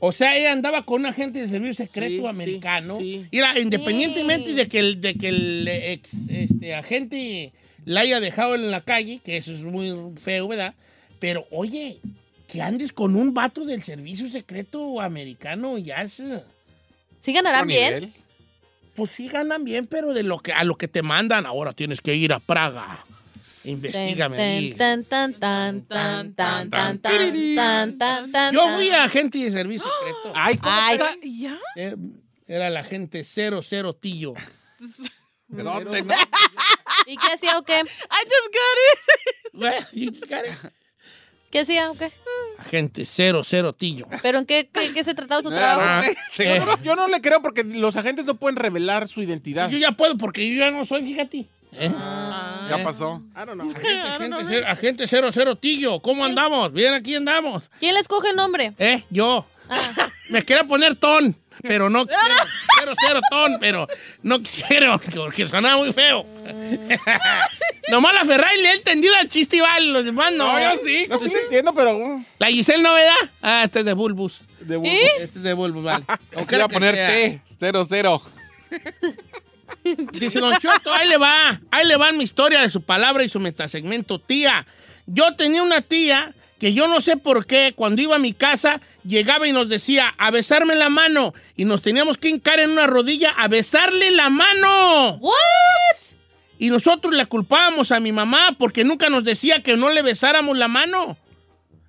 Speaker 3: O sea, ella andaba con un agente de servicio secreto americano. Mira, independientemente de que el, de que el ex este, agente la haya dejado en la calle, que eso es muy feo, ¿verdad? Pero oye, que andes con un vato del servicio secreto americano, ya es.
Speaker 1: ¿Sí ganarán
Speaker 3: Otro
Speaker 1: bien?
Speaker 3: nivel. Pues sí ganan bien, pero de lo que a lo que te mandan, ahora tienes que ir a Praga. Investígame. ahí.
Speaker 1: Tan, tan, tan, tan, tan, tan, tan, tan, tan, tan,
Speaker 3: Yo
Speaker 1: tan.
Speaker 3: fui agente de servicio secreto.
Speaker 2: Ay,
Speaker 1: Ay.
Speaker 5: ¿Ya?
Speaker 3: Era, era la gente 00 Tillo.
Speaker 4: Pedote,
Speaker 3: ¿no?
Speaker 1: ¿Y qué hacía o qué?
Speaker 5: I just got it.
Speaker 1: ¿Qué hacía o qué?
Speaker 3: Agente 00 Tillo.
Speaker 1: ¿Pero en qué, qué, qué se trataba su
Speaker 4: Ah,
Speaker 1: trabajo?
Speaker 2: Yo, no, yo no le creo porque los agentes no pueden revelar su identidad.
Speaker 3: Yo ya puedo porque yo ya no soy, fíjate. ¿Eh?
Speaker 4: Ya pasó.
Speaker 2: I don't know.
Speaker 3: Agente, cero- agente 00 Tillo, ¿cómo andamos? Bien, aquí andamos.
Speaker 1: ¿Quién le escoge el nombre?
Speaker 3: ¿Eh? Yo. Me quería poner Ton, pero no quiero. Quiero ser Ton, pero no quisiera porque sonaba muy feo. Nomás la Ferrari le ha entendido al chiste y vale, los demás no.
Speaker 4: No, yo sí.
Speaker 2: No, sí lo entiendo, pero... uh,
Speaker 3: La Giselle no, ¿verdad? Ah, este es de Bulbus.
Speaker 2: de-
Speaker 3: Este es de Bulbus, vale. O
Speaker 4: Se iba a
Speaker 3: que
Speaker 4: poner
Speaker 3: sea.
Speaker 4: T, cero, cero.
Speaker 3: Dice Don Choto, ahí le va, ahí le va mi historia de su palabra y su metasegmento, tía. Yo tenía una tía que yo no sé por qué, cuando iba a mi casa, llegaba y nos decía, a besarme la mano, y nos teníamos que hincar en una rodilla a besarle la mano.
Speaker 1: ¿What?
Speaker 3: Y nosotros la culpábamos a mi mamá porque nunca nos decía que no le besáramos la mano.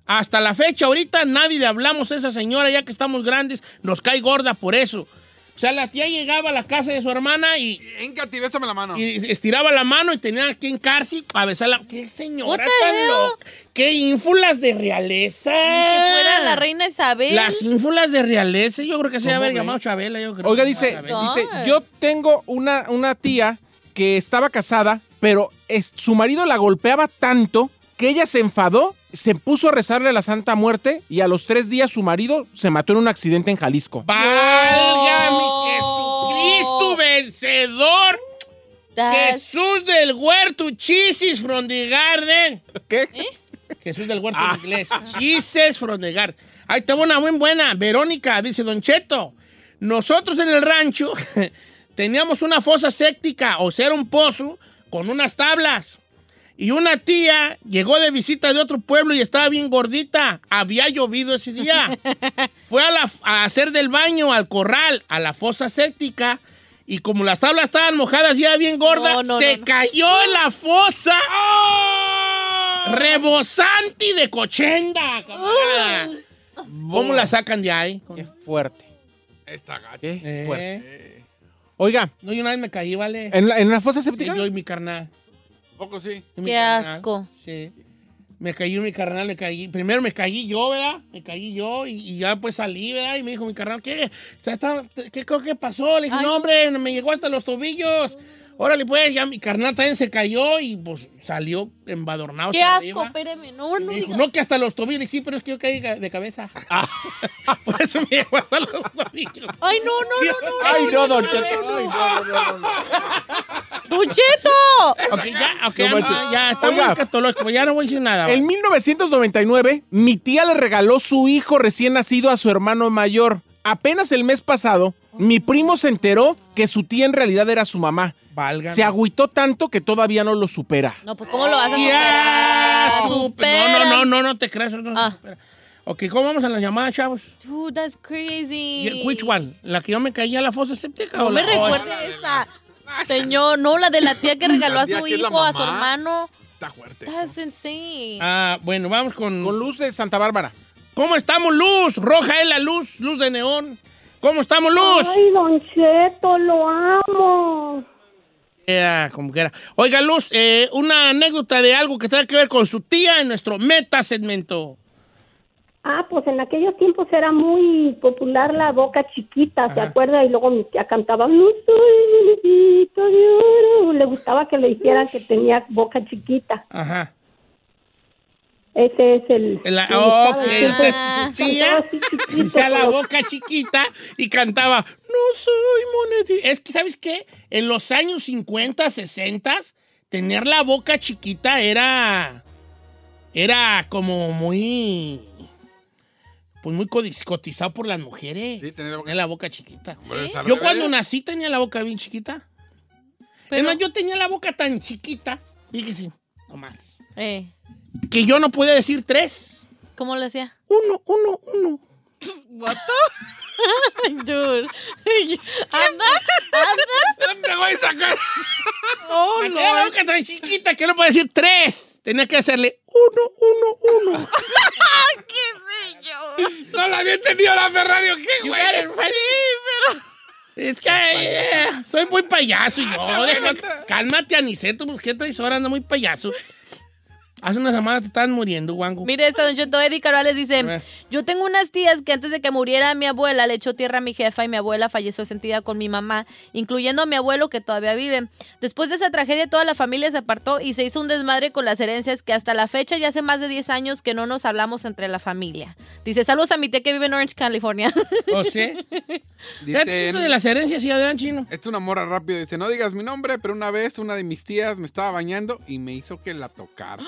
Speaker 3: Hasta la fecha, ahorita nadie le hablamos a esa señora, ya que estamos grandes, nos cae gorda por eso. O sea, la tía llegaba a la casa de su hermana y,
Speaker 4: Encati, bésame la mano.
Speaker 3: y estiraba la mano y tenía que hincarse para besarla. ¡Qué señora
Speaker 1: What the
Speaker 3: tan
Speaker 1: hell?
Speaker 3: loca! ¡Qué ínfulas de realeza!
Speaker 1: Que fuera la reina Isabel.
Speaker 3: Eh. Las ínfulas de realeza, yo creo que se
Speaker 2: ¿Cómo
Speaker 3: debe haber
Speaker 2: ve?
Speaker 3: llamado Chabela, yo creo.
Speaker 2: Oiga, dice,
Speaker 3: Chabela.
Speaker 2: dice, yo tengo una, una tía que estaba casada, pero es- su marido la golpeaba tanto que ella se enfadó, se puso a rezarle a la Santa Muerte y a los tres días su marido se mató en un accidente en Jalisco.
Speaker 3: ¡Válgame Jesucristo vencedor!
Speaker 1: Das-
Speaker 3: ¡Jesús del huerto, chisis from the garden!
Speaker 2: ¿Qué?
Speaker 3: Jesús del Huerto en inglés. Jesus from the garden. Ahí tengo una muy buena. Verónica dice, Don Cheto, nosotros en el rancho teníamos una fosa séptica, o sea, era un pozo con unas tablas. Y una tía llegó de visita de otro pueblo y estaba bien gordita. Había llovido ese día. Fue a, la- a hacer del baño al corral, a la fosa séptica. Y como las tablas estaban mojadas ya bien gorda,
Speaker 1: No, no,
Speaker 3: se
Speaker 1: no, no.
Speaker 3: cayó en la fosa.
Speaker 1: ¡Oh!
Speaker 3: Rebosante y de cochenda, camarada. ¿Cómo la sacan de ahí?
Speaker 2: Qué fuerte,
Speaker 4: Está gacho.
Speaker 2: qué
Speaker 3: Eh.
Speaker 2: fuerte. Oiga,
Speaker 3: No, yo una vez me caí, ¿vale?
Speaker 2: ¿en, la, en la fosa
Speaker 3: Sí,
Speaker 2: séptica?
Speaker 3: yo y mi carnal.
Speaker 4: Poco sí.
Speaker 3: Y mi
Speaker 1: Qué
Speaker 3: carnal,
Speaker 1: asco.
Speaker 3: Sí. Me caí mi carnal, me caí. Primero me caí yo, ¿verdad? Me caí yo y, y ya pues salí, ¿verdad? Y me dijo mi carnal, ¿qué? Está- está- ¿Qué creo que pasó? Le dije,
Speaker 1: Ay,
Speaker 3: no,
Speaker 1: no.
Speaker 3: hombre, me llegó hasta los tobillos. Órale, pues, ya mi carnal también se cayó y pues salió embadornado.
Speaker 1: Qué
Speaker 3: hasta
Speaker 1: asco,
Speaker 3: arriba.
Speaker 1: espéreme. No, no
Speaker 3: Me dijo,
Speaker 1: diga.
Speaker 3: no, que hasta los tobillos. Le dije, sí, pero es que yo caí ca- de cabeza.
Speaker 2: Ah.
Speaker 3: Por eso me llegó hasta los tobillos.
Speaker 1: Ay, no, Oh, no, no, no.
Speaker 2: Ay, no, don Cheto. Ay, no, no, no, no.
Speaker 1: ¡Don Cheto!
Speaker 3: Ok, ya,
Speaker 2: No
Speaker 3: ok, ya,
Speaker 2: manches.
Speaker 3: ya, está
Speaker 2: Oiga.
Speaker 3: muy escatológico, ya no voy a decir nada.
Speaker 2: En 1999, mi tía le regaló su hijo recién nacido a su hermano mayor. Apenas el mes pasado, mi primo se enteró que su tía en realidad era su mamá.
Speaker 3: Válgame. Mm.
Speaker 2: Se agüitó tanto que todavía no lo supera.
Speaker 1: No, pues, ¿cómo lo vas a
Speaker 3: Ya,
Speaker 1: superar?
Speaker 3: supe-
Speaker 1: Supera.
Speaker 3: No, no, no, no, no te creas. No, se
Speaker 1: Ah.
Speaker 3: supera. Ok, ¿cómo vamos a las llamadas, chavos?
Speaker 1: Dude, that's crazy.
Speaker 3: Y- ¿Which one? ¿La que yo me caí a la fosa séptica?
Speaker 1: No
Speaker 3: o
Speaker 1: me
Speaker 3: la-
Speaker 1: recuerde esa. Señor, no, la de la tía que regaló
Speaker 4: La
Speaker 1: a
Speaker 4: tía
Speaker 1: su
Speaker 4: que es la
Speaker 1: hijo, a su
Speaker 4: mamá.
Speaker 1: hermano.
Speaker 4: Está fuerte.
Speaker 1: That's insane.
Speaker 3: Ah, bueno, vamos con...
Speaker 2: Con luz de Santa Bárbara.
Speaker 3: ¿Cómo estamos, Luz? Roja es la luz, luz de neón. ¿Cómo estamos, Luz?
Speaker 11: Ay, Don Cheto, lo amo.
Speaker 3: Era Eh, ah, como que era. Oiga, Luz, eh, una anécdota de algo que tenga que ver con su tía en nuestro meta segmento.
Speaker 11: Ah, pues en aquellos tiempos era muy popular la boca chiquita, ¿se acuerda? Y luego mi tía cantaba, no soy muñequito de oro. Le gustaba que le hicieran que tenía boca chiquita.
Speaker 3: Ajá.
Speaker 11: Ese es el...
Speaker 3: La,
Speaker 11: me
Speaker 3: oh,
Speaker 11: gustaba
Speaker 3: que
Speaker 11: ese.
Speaker 3: se
Speaker 11: Cantaba
Speaker 3: tía
Speaker 11: así
Speaker 3: hacía la
Speaker 11: pero-
Speaker 3: boca chiquita y cantaba, no soy monedita. Es que, ¿sabes qué? En los años 50, 60, tener la boca chiquita era... Era como muy... Pues muy codis- cotizado por las mujeres. Sí, tener la boca, chiquita.
Speaker 4: Pues, al
Speaker 3: Yo
Speaker 4: revés.
Speaker 3: cuando nací tenía la boca bien chiquita. Es más, yo tenía la boca tan chiquita, fíjese, nomás,
Speaker 1: Eh,
Speaker 3: que yo no podía decir tres.
Speaker 1: ¿Cómo lo hacía?
Speaker 3: Uno, uno, uno.
Speaker 1: ¿What the? Dude. Anda, anda.
Speaker 3: ¿Dónde voy a sacar? Oh, la boca tan chiquita que no podía decir tres. Tenía que hacerle uno, uno, uno. No la había entendido la Ferrari, ¿o ¿qué, güey? Es que eh, soy muy payaso yo. Deja- cálmate, Aniceto, pues qué traidor anda muy payaso. Hace una semana te estaban muriendo, Wango.
Speaker 1: Mire esto, don Cheto Eddie Carvales dice,
Speaker 3: ver.
Speaker 1: yo tengo unas tías que antes de que muriera mi abuela le echó tierra a mi jefa y mi abuela falleció sentida con mi mamá, incluyendo a mi abuelo que todavía vive. Después de esa tragedia toda la familia se apartó y se hizo un desmadre con las herencias que hasta la fecha ya hace más de 10 años que no nos hablamos entre la familia. Dice, saludos a mi tía que vive en Orange, California.
Speaker 3: ¿O sí?
Speaker 4: Dice,
Speaker 3: de las herencias y adelante, chino.
Speaker 4: Es una morra rápido. Dice, no digas mi nombre, pero una vez una de mis tías me estaba bañando y me hizo que la tocara.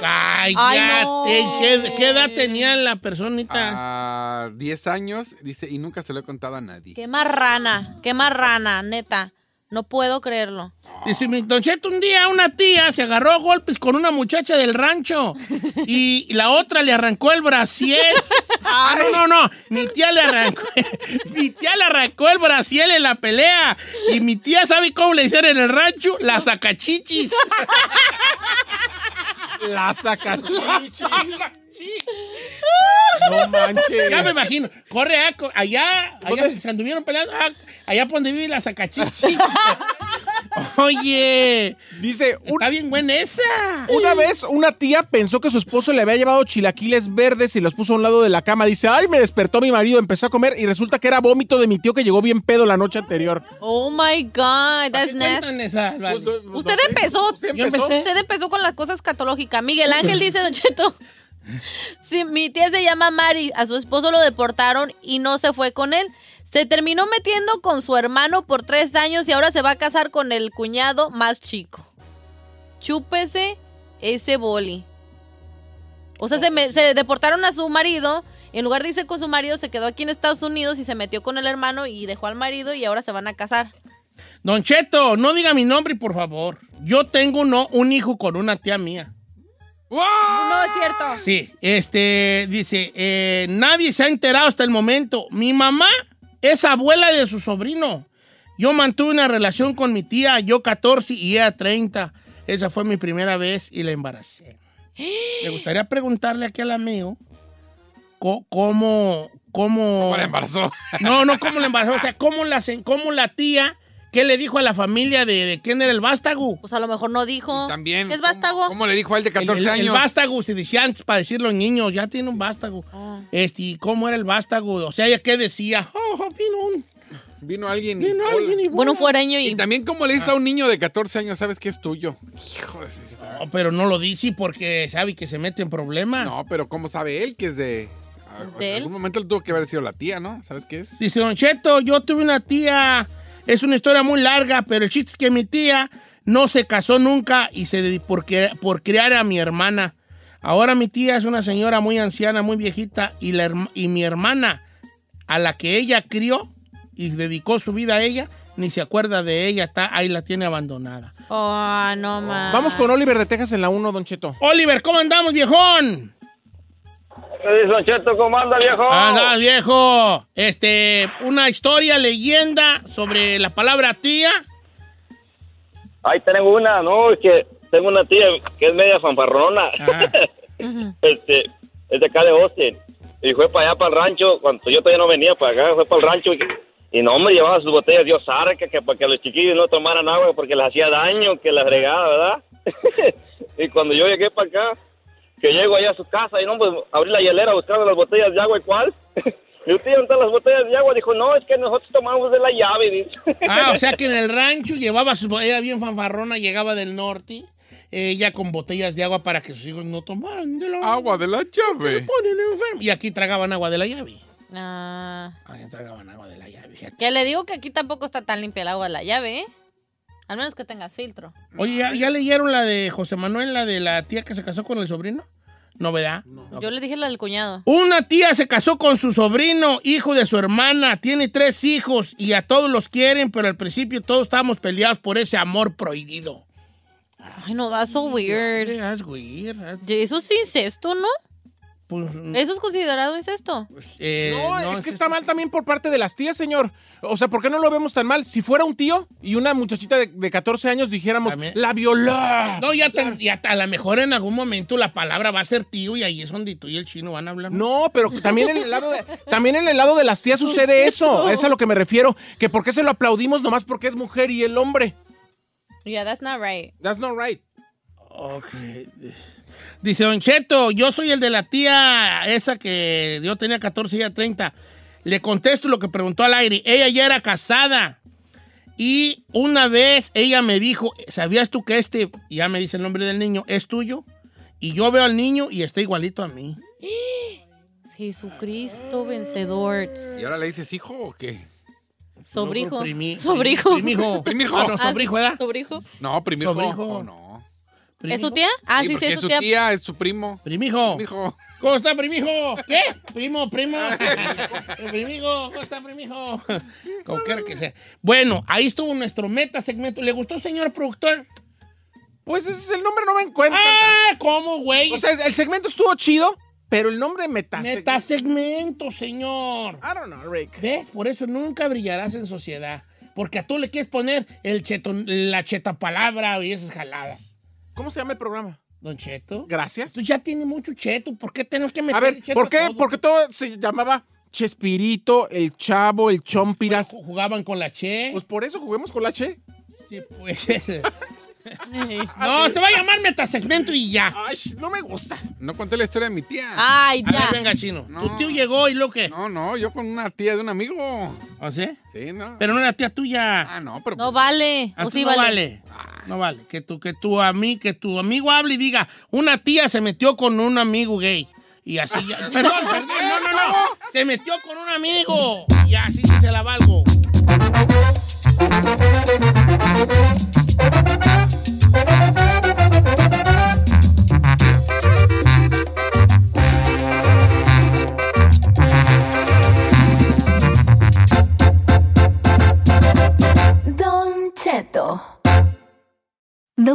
Speaker 3: Cállate. ¿Qué, qué edad tenía la personita?
Speaker 4: A 10 años, dice, y nunca se lo he contado a nadie.
Speaker 1: Ah. Qué marrana, qué marrana, neta. No puedo creerlo.
Speaker 3: Dice, mi Don Cheto, un día una tía se agarró a golpes con una muchacha del rancho y la otra le arrancó el brasier. Ah, no, no, no. Mi tía le arrancó, mi tía le arrancó el brasier en la pelea y mi tía sabe cómo le hicieron en el rancho, la sacachichis. La sacachichis.
Speaker 2: No manches.
Speaker 3: Ya me imagino. Corre ah, co- allá, allá se- se anduvieron peleando. ah, allá por donde vive la sacachichis. Oye.
Speaker 2: Dice.
Speaker 3: Está bien buena esa.
Speaker 2: Una vez una tía pensó que su esposo le había llevado chilaquiles verdes y los puso a un lado de la cama. Dice, ay, me despertó mi marido, empezó a comer y resulta que era vómito de mi tío que llegó bien pedo la noche anterior.
Speaker 1: Oh my God, that's
Speaker 3: nasty.
Speaker 1: Usted empezó.
Speaker 2: Yo empecé.
Speaker 1: Usted empezó con las cosas catológicas. Miguel Ángel dice, Don Cheto. Sí, mi tía se llama Mari. A su esposo lo deportaron y no se fue con él. Se terminó metiendo con su hermano por tres años y ahora se va a casar con el cuñado más chico. Chúpese ese boli. O sea, se, me- se deportaron a su marido. En lugar de irse con su marido, se quedó aquí en Estados Unidos y se metió con el hermano y dejó al marido y ahora se van a casar.
Speaker 3: Don Cheto, no diga mi nombre, por favor. Yo tengo uno- un hijo con una tía mía.
Speaker 1: No es cierto.
Speaker 3: Sí, este, dice, eh, nadie se ha enterado hasta el momento. Mi mamá es abuela de su sobrino. Yo mantuve una relación con mi tía, yo 14 y ella 30. Esa fue mi primera vez y la embaracé. Me gustaría preguntarle aquí al amigo co- cómo, cómo... ¿Cómo la
Speaker 4: embarazó?
Speaker 3: No, no, cómo la embarazó. O sea, cómo la, se- cómo la tía, qué le dijo a la familia de, de quién era el vástago.
Speaker 1: Pues a lo mejor no dijo.
Speaker 4: También.
Speaker 1: ¿Es vástago?
Speaker 4: ¿Cómo le dijo al de 14
Speaker 3: El- el,
Speaker 4: años?
Speaker 3: El vástago se decía antes para decir los niños, ya tiene un vástago. Este, ¿y ¿cómo era el vástago? O sea, ¿ya qué decía? Oh, oh, vino un-
Speaker 4: Vino alguien.
Speaker 3: Vino alguien y
Speaker 1: Bueno, fuereño y...
Speaker 4: también como
Speaker 1: Ah.
Speaker 4: le dices a un niño de 14 años, sabes que es tuyo. Hijo de...
Speaker 3: No, pero no lo dice porque sabe que se mete en problemas.
Speaker 4: No, pero ¿cómo sabe él que es de...
Speaker 1: Ah. ¿De
Speaker 4: en algún momento le tuvo que haber sido la tía, ¿no? ¿Sabes qué es?
Speaker 3: Dice Don Cheto, yo tuve una tía. Es una historia muy larga, pero el chiste es que mi tía no se casó nunca y se dedicó por, cre- por criar a mi hermana. Ahora mi tía es una señora muy anciana, muy viejita, y, la herma- y mi hermana, a la que ella crió y dedicó su vida a ella, ni se acuerda de ella, está, ahí la tiene abandonada.
Speaker 1: Oh, no más.
Speaker 2: Vamos con Oliver de Texas en la 1, Don Cheto.
Speaker 3: Oliver, ¿cómo andamos, viejón?
Speaker 6: Don Cheto, ¿cómo anda, viejo?
Speaker 3: Anda, viejo. Este, una historia, leyenda sobre la palabra tía.
Speaker 6: Ahí tengo una, ¿no? Es que tengo una tía que es media fanfarrona.
Speaker 3: Ah.
Speaker 6: este, es de acá de Austin. Y fue para allá, para el rancho, cuando yo todavía no venía para acá, fue para el rancho. Y
Speaker 12: Y no, hombre, llevaba sus botellas de Ozarka que, para que los chiquillos no tomaran agua porque les hacía daño, que la fregada, ¿verdad? y cuando yo llegué para acá, que llego allá a su casa y no, pues abrí la hielera buscando las botellas de agua y cuál. Y usted, ¿dónde están las botellas de agua? Dijo, no, es que nosotros tomamos de la llave, dice.
Speaker 3: Ah, o sea que en el rancho llevaba su era bien fanfarrona, llegaba del norte, ella con botellas de agua para que sus hijos no tomaran de la
Speaker 4: Agua de la llave.
Speaker 3: Se ponen enfermos. Y aquí tragaban agua de la llave.
Speaker 1: Ah.
Speaker 3: Aquí tragaban agua de la llave. fíjate.
Speaker 1: Que le digo que aquí tampoco está tan limpia el agua de la llave, ¿eh? Al menos que tengas filtro.
Speaker 3: Oye, ¿ya, ya leyeron la de José Manuel, la de la tía que se casó con el sobrino? Novedad.
Speaker 1: Yo le dije la del cuñado.
Speaker 3: Una tía se casó con su sobrino, hijo de su hermana, tiene tres hijos y a todos los quieren, pero al principio todos estábamos peleados por ese amor prohibido.
Speaker 1: Ay, no, that's so weird.
Speaker 3: That's weird.
Speaker 1: Eso es incesto, ¿no?
Speaker 3: Pues, eh,
Speaker 1: ¿Eso es considerado incesto?
Speaker 2: no, Oh, es este que está mal también por parte de las tías, señor. O sea, ¿por qué no lo vemos tan mal? Si fuera un tío y una muchachita de, de 14 años dijéramos, la violó.
Speaker 3: No, ya, te- ya te- a lo mejor en algún momento la palabra va a ser tío y ahí es donde tú y el chino van a hablar.
Speaker 2: No, pero también en el lado de, también en el lado de las tías sucede eso. Es a lo que me refiero. Que por qué se lo aplaudimos nomás porque es mujer y el hombre.
Speaker 1: Yeah, that's not right.
Speaker 2: That's not right.
Speaker 3: Ok. Dice Don Cheto, yo soy el de la tía esa que yo tenía 14 y ella 30. Le contesto lo que preguntó al aire. Ella ya era casada. Y una vez ella me dijo, ¿sabías tú que este, y ya me dice el nombre del niño, es tuyo? Y yo veo al niño y está igualito a mí.
Speaker 1: Jesucristo vencedor.
Speaker 4: ¿Y ahora le dices hijo o qué?
Speaker 1: Sobrijo.
Speaker 4: primi-
Speaker 1: sobrijo.
Speaker 4: primijo. Primijo.
Speaker 1: Ah, no,
Speaker 4: Ah,
Speaker 1: sobrijo, ¿verdad? Sobrijo.
Speaker 4: No, primijo.
Speaker 3: Sobrijo.
Speaker 4: No.
Speaker 1: ¿Es su tía? Ah, sí, sí,
Speaker 4: porque
Speaker 1: es su tía.
Speaker 4: es su primo.
Speaker 3: Primijo.
Speaker 4: Primijo.
Speaker 3: ¿Cómo está, primijo? ¿Qué? Primo, primo. primijo, ¿cómo está, primijo? Como quiera que sea. Bueno, ahí estuvo nuestro meta segmento. ¿Le gustó, señor productor?
Speaker 2: Pues ese es el nombre, no me encuentro.
Speaker 3: ¡Ah! ¿Cómo, güey?
Speaker 2: O sea, el segmento estuvo chido, pero el nombre meta.
Speaker 3: Meta segmento, señor.
Speaker 2: I don't know, Rick.
Speaker 3: ¿Ves? Por eso nunca brillarás en sociedad. Porque a tú le quieres poner el cheton- la cheta palabra y esas jaladas.
Speaker 2: ¿Cómo se llama el programa?
Speaker 3: Don Cheto.
Speaker 2: Gracias.
Speaker 3: Tú ya tienes mucho cheto. ¿Por qué tenemos que meter
Speaker 2: A ver,
Speaker 3: cheto
Speaker 2: ¿por qué?
Speaker 3: todo?
Speaker 2: Porque todo se llamaba Chespirito, el Chavo, el Chompiras.
Speaker 3: Jugaban con la Che.
Speaker 2: Pues por eso juguemos con la Che.
Speaker 3: Sí, pues. No, se va a llamar metasegmento y ya.
Speaker 1: Ah,
Speaker 2: Ay, no me gusta.
Speaker 4: No conté la historia de mi tía.
Speaker 1: Ay,
Speaker 3: A
Speaker 1: ya.
Speaker 3: ver, venga, chino.
Speaker 4: No.
Speaker 3: Tu tío llegó y lo que.
Speaker 4: No, no, yo con una tía de un amigo.
Speaker 3: ¿Ah, sí?
Speaker 4: Sí, no.
Speaker 3: Pero no era tía tuya.
Speaker 4: Ah, no, pero.
Speaker 1: No
Speaker 4: pues,
Speaker 1: vale.
Speaker 3: Ah,
Speaker 1: O
Speaker 3: tú
Speaker 1: sí
Speaker 3: no vale.
Speaker 1: vale.
Speaker 3: No vale. Que tu, que tu, ami- que tu amigo hable y diga, una tía se metió con un amigo gay. Y así ya. Perdón, perdón, no, no, no. Se metió con un amigo. Y así sí se la valgo.
Speaker 8: Don Cheto.
Speaker 10: The